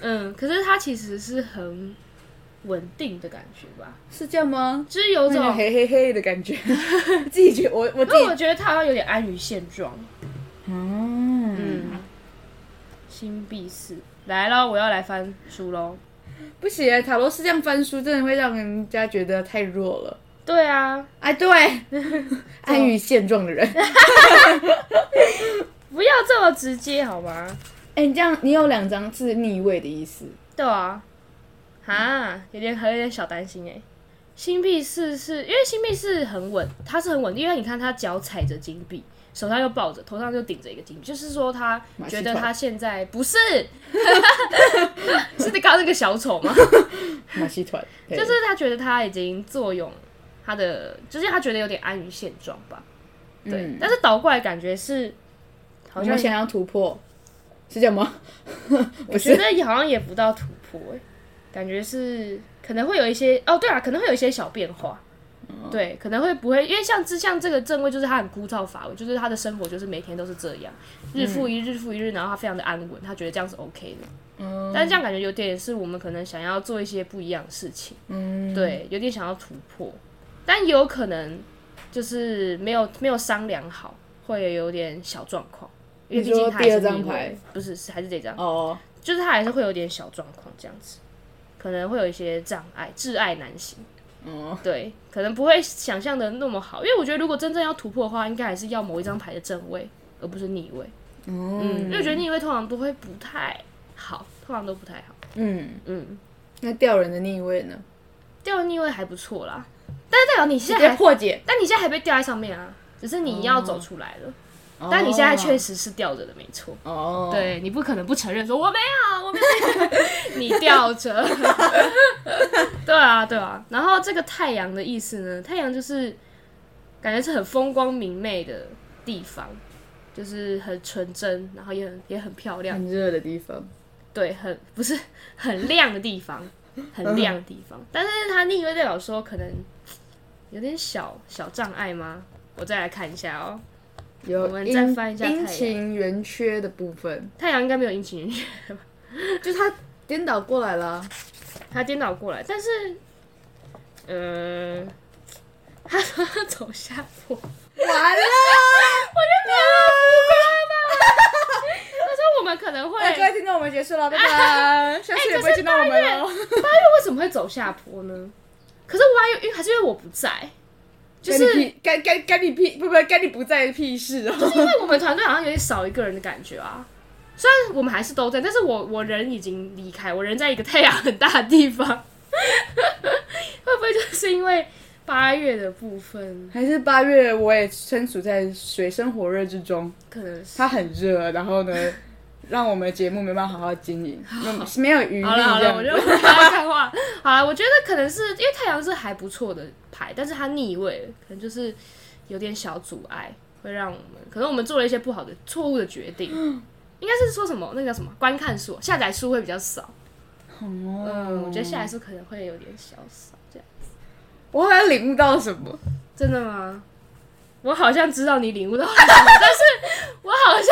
[SPEAKER 1] 嗯，可是它其实是很稳定的感觉吧，
[SPEAKER 2] 是这样吗？
[SPEAKER 1] 就是有
[SPEAKER 2] 有种
[SPEAKER 1] 种，
[SPEAKER 2] 嘿嘿嘿的感觉， *laughs* 自己觉得我我
[SPEAKER 1] 因
[SPEAKER 2] 自
[SPEAKER 1] 为
[SPEAKER 2] 己
[SPEAKER 1] 我觉得它好像有点安于现状，
[SPEAKER 2] 嗯，
[SPEAKER 1] 嗯，星币四来咯，我要来翻书喽，
[SPEAKER 2] 不行耶，塔罗是这样翻书，真的会让人家觉得太弱了。
[SPEAKER 1] 对啊，
[SPEAKER 2] 哎，对， *laughs* 安于现状的人。
[SPEAKER 1] 不要这么直接好吗？
[SPEAKER 2] *laughs* 哎、你这样，你有两张是逆位的意思，
[SPEAKER 1] 对啊，哈，有点还有点小担心哎、星币四是因为星币四很稳，它是很稳定，因为你看他脚踩着金币，手上又抱着，头上就顶着一个金币，就是说他
[SPEAKER 2] 马戏
[SPEAKER 1] 觉
[SPEAKER 2] 团
[SPEAKER 1] 得他现在不是，是刚刚那个小丑吗？
[SPEAKER 2] 马戏团，就
[SPEAKER 1] 就是他觉得他已经坐拥他的，就是他觉得有点安于现状吧。对，
[SPEAKER 2] 嗯
[SPEAKER 1] 但是倒过来感觉是
[SPEAKER 2] 我
[SPEAKER 1] 好像
[SPEAKER 2] 们想要突破，是这样吗？不
[SPEAKER 1] 我觉
[SPEAKER 2] 是，
[SPEAKER 1] 得好像也不到突破、欸，感觉是可能会有一些哦，对啊，可能会有一些小变化，
[SPEAKER 2] 嗯
[SPEAKER 1] 对，可能会不会，因为像之像这个正位就是他很枯燥乏味，就是他的生活就是每天都是这样，日复一日，日复一日，然后他非常的安稳，他觉得这样是 OK 的，
[SPEAKER 2] 嗯
[SPEAKER 1] 但是这样感觉有点是我们可能想要做一些不一样的事情，
[SPEAKER 2] 嗯，
[SPEAKER 1] 对，有点想要突破，但也有可能就是没有没有商量好，会有点小状况，有因为
[SPEAKER 2] 你
[SPEAKER 1] 毕竟
[SPEAKER 2] 说
[SPEAKER 1] 它还
[SPEAKER 2] 第
[SPEAKER 1] 是
[SPEAKER 2] 二张
[SPEAKER 1] 逆位
[SPEAKER 2] 牌，
[SPEAKER 1] 不是是还是这张，
[SPEAKER 2] *laughs* 哦，
[SPEAKER 1] 就是它还是会有点小状况这样子，可能会有一些障碍，挚爱难行。
[SPEAKER 2] 嗯，
[SPEAKER 1] 对，可能不会想象的那么好，因为我觉得如果真正要突破的话，应该还是要某一张牌的正位，而不是逆位。嗯，因为我觉得逆位通常都会不太好，通常都不太好。
[SPEAKER 2] 嗯，
[SPEAKER 1] 嗯，
[SPEAKER 2] 那吊人的逆位呢？
[SPEAKER 1] 掉逆位还不错啦，但是代表你现在还，
[SPEAKER 2] 破解，
[SPEAKER 1] 但你现在还被吊在上面啊，只是你要走出来了。但你现在确实是吊着的，没错。
[SPEAKER 2] 哦，，
[SPEAKER 1] 对你不可能不承认说我没有，我没有， *laughs* 你吊着。对啊，对啊。然后这个太阳的意思呢？太阳就是感觉是很风光明媚的地方，就是很纯真，然后也很也很漂亮，
[SPEAKER 2] 很热的地方，
[SPEAKER 1] 对，很不是很亮的地方，很亮的地方。但是它逆位代表说可能有点小小障碍吗？我再来看一下哦，我
[SPEAKER 2] 有
[SPEAKER 1] 们
[SPEAKER 2] 阴
[SPEAKER 1] 再翻一下太
[SPEAKER 2] 阴
[SPEAKER 1] 阳
[SPEAKER 2] 晴圆缺的部分，
[SPEAKER 1] 太阳应该没有阴晴圆缺
[SPEAKER 2] 就是它颠倒过来了，
[SPEAKER 1] 他颠倒过来，但是，嗯、他说他走下坡，
[SPEAKER 2] *laughs* 完了， *laughs*
[SPEAKER 1] 他说我们可能会，
[SPEAKER 2] 哎那各位听众，我们结束了，
[SPEAKER 1] *laughs*
[SPEAKER 2] 拜拜，下次也不会见到我们
[SPEAKER 1] 哎
[SPEAKER 2] 了。 *laughs*
[SPEAKER 1] 为什么会走下坡呢？可是我还因为还是因为我不在，就是
[SPEAKER 2] 干你屁干干干你屁，不不干你不在的屁事
[SPEAKER 1] *laughs*
[SPEAKER 2] 哦。
[SPEAKER 1] 因为我们团队好像有点少一个人的感觉啊。虽然我们还是都在，但是我我人已经离开，我人在一个太阳很大的地方， *laughs* 会不会就是因为八月的部分
[SPEAKER 2] 还是八月，我也身处在水深火热之中，
[SPEAKER 1] 可能是？
[SPEAKER 2] 它很热，然后呢，让我们节目没办法好好
[SPEAKER 1] *laughs*
[SPEAKER 2] 经营，没没有余力
[SPEAKER 1] 好了好了，我
[SPEAKER 2] 嗯这
[SPEAKER 1] 就
[SPEAKER 2] 样。
[SPEAKER 1] 不跟他看话。好了，我觉得可能是因为太阳是还不错的牌，但是它逆位了，可能就是有点小阻碍，会让我们可能我们做了一些不好的、错误的决定。应该是说什么那个叫什么观看数、下载数会比较少。
[SPEAKER 2] 哦
[SPEAKER 1] 嗯，我觉得下载数可能会有点小少，这样
[SPEAKER 2] 我好像领悟到了什么，
[SPEAKER 1] 真的吗？我好像知道你领悟到了什么， *laughs* 但是我好像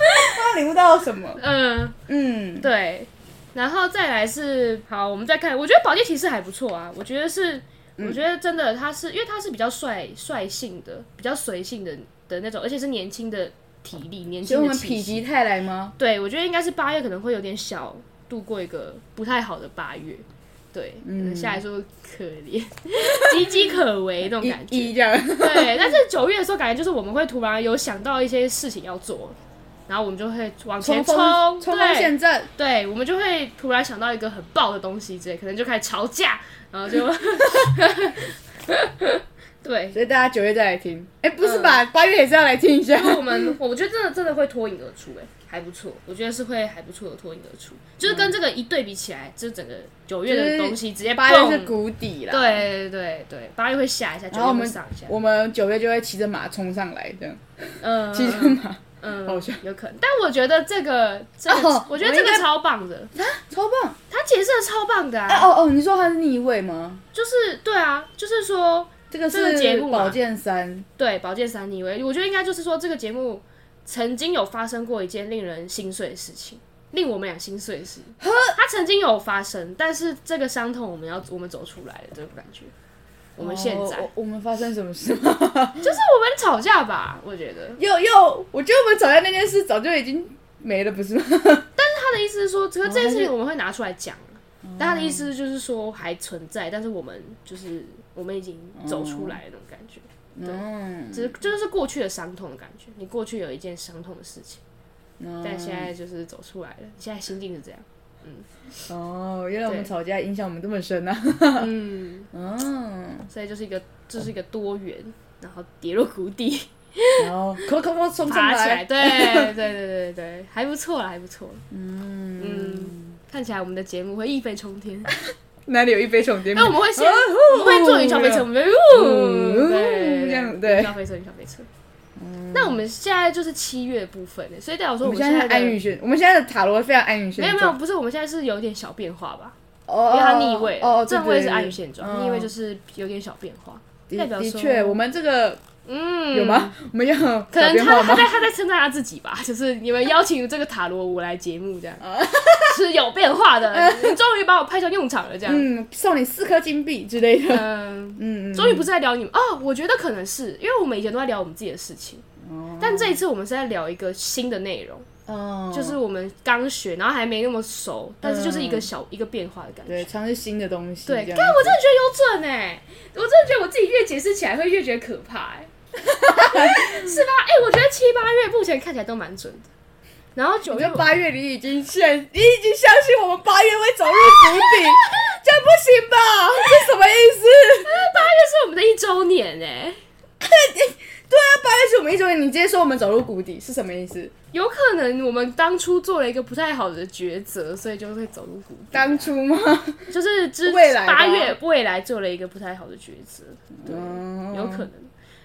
[SPEAKER 2] 我好像领悟到了什么。
[SPEAKER 1] 嗯。
[SPEAKER 2] 嗯，
[SPEAKER 1] 对，然后再来是好，我们再看，我觉得宝剑骑士还不错啊，我觉得是，我觉得真的他是因为他是比较率率性的，比较随性的的那种，而且是年轻的体力，年
[SPEAKER 2] 所以
[SPEAKER 1] 轻的
[SPEAKER 2] 我们
[SPEAKER 1] 气
[SPEAKER 2] 否极
[SPEAKER 1] 息。
[SPEAKER 2] 泰来吗？
[SPEAKER 1] 对，我觉得应该是八月可能会有点小度过一个不太好的八月，对，嗯，下来说可怜，
[SPEAKER 2] 嗯
[SPEAKER 1] *laughs* 岌岌可危那种
[SPEAKER 2] 一
[SPEAKER 1] 感觉。
[SPEAKER 2] 一这样，
[SPEAKER 1] 对，但是九月的时候，感觉就是我们会突然有想到一些事情要做，然后我们就会往前
[SPEAKER 2] 哎冲锋冲锋
[SPEAKER 1] 对
[SPEAKER 2] 陷阵，
[SPEAKER 1] 对，我们就会突然想到一个很爆的东西之类，可能就开始吵架，然后就，对，
[SPEAKER 2] 所以大家九月再来听。哎，不
[SPEAKER 1] 嗯
[SPEAKER 2] 是吧？八月也是要来听一下
[SPEAKER 1] *laughs* 然。后我们，我觉得真的真的会脱颖而出、哎，还不错，我觉得是会还不错的脱颖而出，就是跟这个一对比起来，这整个九月的东西直接
[SPEAKER 2] 八月是
[SPEAKER 1] 蹦
[SPEAKER 2] 谷底啦，，
[SPEAKER 1] 对对对，八月会下一下，九
[SPEAKER 2] 然后我
[SPEAKER 1] 月会
[SPEAKER 2] 们
[SPEAKER 1] 上一下，
[SPEAKER 2] 我们九月就会骑着马冲上来，这样
[SPEAKER 1] 嗯
[SPEAKER 2] 骑着马，
[SPEAKER 1] 嗯，
[SPEAKER 2] 好像
[SPEAKER 1] 有可能，但我觉得这个这个，
[SPEAKER 2] 哦
[SPEAKER 1] 我觉得
[SPEAKER 2] 我
[SPEAKER 1] 这
[SPEAKER 2] 应
[SPEAKER 1] 个
[SPEAKER 2] 该
[SPEAKER 1] 超棒的，
[SPEAKER 2] 超棒！
[SPEAKER 1] 它解释的超棒的、
[SPEAKER 2] 哎
[SPEAKER 1] 啊，
[SPEAKER 2] 哦哦，你说它是逆位吗？
[SPEAKER 1] 就是对啊，就是说。
[SPEAKER 2] 这个
[SPEAKER 1] 这个节
[SPEAKER 2] 是
[SPEAKER 1] 目嘛啊
[SPEAKER 2] 宝剑三，
[SPEAKER 1] 对，保健三逆位，我觉得应该就是说这个节目曾经有发生过一件令人心碎的事情，令我们俩心碎的事。它曾经有发生，但是这个伤痛我们要我们走出来了，这种感觉。我们现在、
[SPEAKER 2] 哦我我们发生什么事？
[SPEAKER 1] 就
[SPEAKER 2] *laughs*
[SPEAKER 1] 是我们吵架吧，我觉得
[SPEAKER 2] 又又，我觉得我们吵架那件事早就已经没了，不是吗？
[SPEAKER 1] 他的意思是
[SPEAKER 2] 哦
[SPEAKER 1] 说，这个这件事情我们会拿出来讲，啊但他的意思就是说还存在，但是我们就是我们已经走出来了那种感觉，
[SPEAKER 2] 嗯，
[SPEAKER 1] 只是这就是过去的伤痛的感觉。你过去有一件伤痛的事情，但现在就是走出来了，你现在心境是这样。
[SPEAKER 2] 哦，原来我们
[SPEAKER 1] 对
[SPEAKER 2] 吵架影响我们这么
[SPEAKER 1] *laughs*
[SPEAKER 2] 深啊！ *laughs*
[SPEAKER 1] 嗯，
[SPEAKER 2] 嗯，
[SPEAKER 1] 所以就是一个，这、是一个多元，然后跌落谷底，
[SPEAKER 2] 然后扣扣扣 *laughs* 冲上
[SPEAKER 1] 爬起来，
[SPEAKER 2] 来，
[SPEAKER 1] 对对对对对，还不错啦，还不错。嗯看起来我们的节目会一飞冲
[SPEAKER 2] *laughs*
[SPEAKER 1] 天，哎
[SPEAKER 2] 哪里有一飞冲天？
[SPEAKER 1] 那我们会先，我们会坐云霄飞车，我们会
[SPEAKER 2] 嗯
[SPEAKER 1] 呜，对，
[SPEAKER 2] 这样
[SPEAKER 1] 对，
[SPEAKER 2] 对嗯
[SPEAKER 1] 云霄飞车，云霄飞车。那我们现在就是七月的部分了，所以代表说
[SPEAKER 2] 我
[SPEAKER 1] 我
[SPEAKER 2] 们
[SPEAKER 1] 们
[SPEAKER 2] 现
[SPEAKER 1] 现在
[SPEAKER 2] 在是安
[SPEAKER 1] 的
[SPEAKER 2] 于轩，我们现在的塔罗非常安于轩，
[SPEAKER 1] 没有没有，，不是我们现在是有一点小变化吧，
[SPEAKER 2] 哦，
[SPEAKER 1] 因为它逆位了，
[SPEAKER 2] 哦，
[SPEAKER 1] 正位是安于现状，
[SPEAKER 2] 嗯
[SPEAKER 1] 逆位就是有点小变化。
[SPEAKER 2] 对
[SPEAKER 1] 代
[SPEAKER 2] 对
[SPEAKER 1] 表
[SPEAKER 2] 的
[SPEAKER 1] 说
[SPEAKER 2] 的确，我们这个
[SPEAKER 1] 嗯，
[SPEAKER 2] 有吗？我们要
[SPEAKER 1] 可
[SPEAKER 2] 小
[SPEAKER 1] 能
[SPEAKER 2] 变
[SPEAKER 1] 他
[SPEAKER 2] 化
[SPEAKER 1] 他
[SPEAKER 2] 吗？
[SPEAKER 1] 在他在称赞他自己吧， *laughs* 就是你们邀请这个塔罗舞来节目这
[SPEAKER 2] *laughs*
[SPEAKER 1] 样，
[SPEAKER 2] 啊
[SPEAKER 1] 是有变化的，你终于把我派上用场了这样。
[SPEAKER 2] 嗯，送你四颗金币之类的，
[SPEAKER 1] 嗯，
[SPEAKER 2] 嗯嗯，
[SPEAKER 1] 啊终于不是在聊你们哦，我觉得可能是因为我们以前都在聊我们自己的事情，但这一次我们是在聊一个新的内容，
[SPEAKER 2] 哦
[SPEAKER 3] 嗯，
[SPEAKER 1] 就是我们刚学，然后还没那么熟，但是就是
[SPEAKER 2] 嗯
[SPEAKER 1] 一个小一个变化的感觉。
[SPEAKER 3] 对，尝试新的东西。
[SPEAKER 1] 对，
[SPEAKER 3] 这样
[SPEAKER 1] 但我真的觉得有准哎、我真的觉得我自己越解释起来会越觉得可怕哎、 *laughs* 是吧？哎、我觉得七八月目前看起来都蛮准的，然后九
[SPEAKER 3] 我
[SPEAKER 1] 月
[SPEAKER 3] 觉
[SPEAKER 1] 我
[SPEAKER 3] 得八月你已经相，你已经相信我们八月会走入谷底，这样不行吧？这什么意思？
[SPEAKER 1] 这是我们的一周年哎、
[SPEAKER 3] 对啊，八月是我们一周年，你直接说我们走入谷底是什么意思？
[SPEAKER 1] 有可能我们当初做了一个不太好的抉择，所以就会走入谷底。
[SPEAKER 3] 当初吗？
[SPEAKER 1] 就是之
[SPEAKER 3] 未来吧
[SPEAKER 1] 八月未来做了一个不太好的抉择，对，有可能。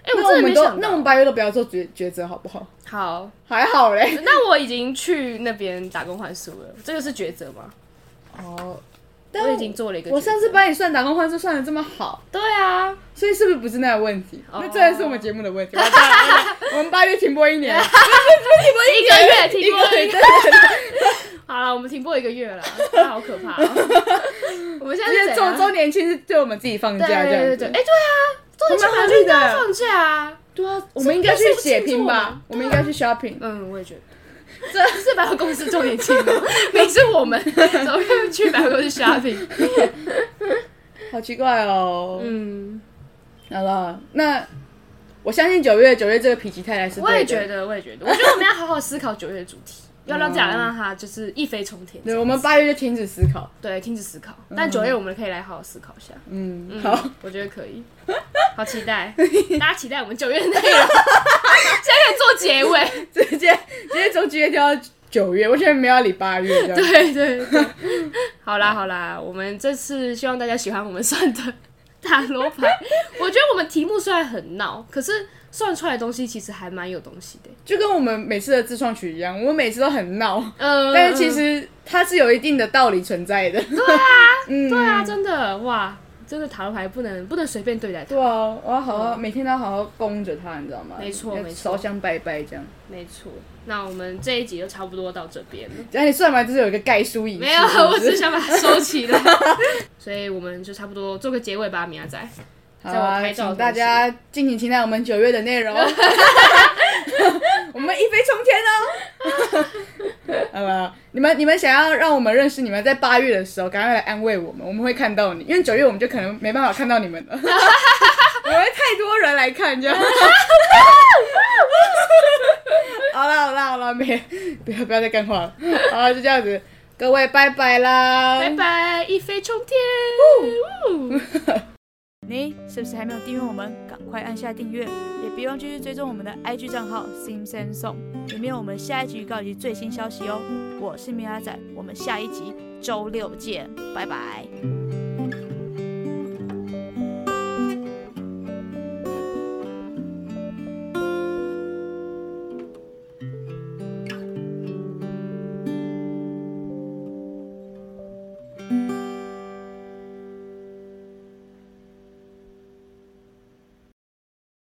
[SPEAKER 1] 哎、我
[SPEAKER 3] 嗯那
[SPEAKER 1] 真
[SPEAKER 3] 我
[SPEAKER 1] 的
[SPEAKER 3] 们
[SPEAKER 1] 没
[SPEAKER 3] 都，
[SPEAKER 1] 想
[SPEAKER 3] 那我们
[SPEAKER 1] 到。
[SPEAKER 3] 八月都不要做抉抉择好不好？
[SPEAKER 1] 好，
[SPEAKER 3] 还好嘞。
[SPEAKER 1] *laughs* 那我已经去那边打工换宿了，这个是抉择吗？
[SPEAKER 3] 哦，但
[SPEAKER 1] 我已经做了一个抉择。
[SPEAKER 3] 我上次帮你算打工换宿算的这么好，
[SPEAKER 1] 对啊，
[SPEAKER 3] 所以是不是不是那个问题？
[SPEAKER 1] 哦
[SPEAKER 3] 那真的是我们节目的问题。完蛋了完
[SPEAKER 1] *laughs*
[SPEAKER 3] 蛋了我们八月停播一年，
[SPEAKER 1] 一个月停播一
[SPEAKER 3] 一
[SPEAKER 1] 个
[SPEAKER 3] 个
[SPEAKER 1] 月，好了，我们停播一个月了，真的好可
[SPEAKER 3] *laughs*
[SPEAKER 1] 怕、哦。我们现在
[SPEAKER 3] 因
[SPEAKER 1] 是
[SPEAKER 3] 为
[SPEAKER 1] 怎
[SPEAKER 3] 周
[SPEAKER 1] 样
[SPEAKER 3] 周年庆是对我们自己放
[SPEAKER 1] 对
[SPEAKER 3] 假这样子。
[SPEAKER 1] 对对对，哎、对啊，周年庆本来就应该要放假啊。
[SPEAKER 3] 对啊，我们应该去血拼吧，
[SPEAKER 1] 这不是庆祝吗啊
[SPEAKER 3] 我们应该去 shopping。
[SPEAKER 1] 嗯，我也觉
[SPEAKER 3] *laughs*
[SPEAKER 1] 得。这是百货公司周年庆吗？没是我
[SPEAKER 3] *laughs*
[SPEAKER 1] 们，怎么会去百货公司 shopping？
[SPEAKER 3] 好奇怪哦。
[SPEAKER 1] 嗯，
[SPEAKER 3] 好了，那我相信九月九月这个否极泰来是对的。
[SPEAKER 1] 我也觉得，我也觉得，我觉得我们要好好思考九月的主
[SPEAKER 3] *laughs*
[SPEAKER 1] 题，要让这样让它就是一飞冲天。
[SPEAKER 3] 嗯对，我们八月就停止思考。
[SPEAKER 1] 对，停止思考，但九月我们可以来好好思考一下。
[SPEAKER 3] 嗯，
[SPEAKER 1] 嗯
[SPEAKER 3] 好，，
[SPEAKER 1] 我觉得可
[SPEAKER 3] *laughs*
[SPEAKER 1] 以，好期待，大家期待我们九月的内容。现 *laughs* 在可以做结
[SPEAKER 3] *laughs*
[SPEAKER 1] 尾，
[SPEAKER 3] 直接直接从七月跳到九月，我现在没有要理八月
[SPEAKER 1] *laughs*
[SPEAKER 3] 这样。
[SPEAKER 1] 对对对，好啦好啦，我们这次希望大家喜欢我们算的塔罗
[SPEAKER 3] *laughs*
[SPEAKER 1] 牌。我觉得我们题目虽然很闹，可是算出来的东西其实还蛮有东西的。
[SPEAKER 3] 就跟我们每次的自创曲一样，我们每次都很闹，
[SPEAKER 1] 呃，
[SPEAKER 3] 但是其实它是有一定的道理存在的。对啊，嗯，
[SPEAKER 1] 对啊，真的哇，真的塔罗牌不能不能随便对待它。
[SPEAKER 3] *laughs* 对啊，我要好好每天都要好好供着它，你知道吗？
[SPEAKER 1] 没错
[SPEAKER 3] 要
[SPEAKER 1] 没错
[SPEAKER 3] 烧香拜拜这样。
[SPEAKER 1] 没错，那我们这一集就差不多到这边
[SPEAKER 3] *laughs*
[SPEAKER 1] 了。
[SPEAKER 3] 哎，你算完就是有一个概书仪式，
[SPEAKER 1] 没有，
[SPEAKER 3] 是不
[SPEAKER 1] *laughs* 我
[SPEAKER 3] 是
[SPEAKER 1] 只想把它收起来。 *laughs* 所以我们就差不多做个结尾吧，明仔。
[SPEAKER 3] 好
[SPEAKER 1] 在我
[SPEAKER 3] 啊，
[SPEAKER 1] 拍照的
[SPEAKER 3] 请
[SPEAKER 1] 同时
[SPEAKER 3] 大家敬请期待我们九月的
[SPEAKER 1] *laughs*
[SPEAKER 3] 内容， *laughs* 我们一飞冲天哦！好吧，你们你们想要让我们认识你们，在八月的时候赶快来安慰我们，我们会看到你，因为九月我们就可能没办法看到你们
[SPEAKER 1] *laughs*
[SPEAKER 3] 了，我们太多人来看这样。好啦好啦好啦，没不要不要再干话了，好啦就这样子，各位拜拜啦，
[SPEAKER 1] 拜拜，一飞冲天！呜
[SPEAKER 2] 你是不是还没有订阅我们？赶快按下订阅，也别忘继续追踪我们的 IG 账号 Sim s a n Song，里面有我们下一集预告以及最新消息哦。我是米拉仔，我们下一集周六见，拜拜。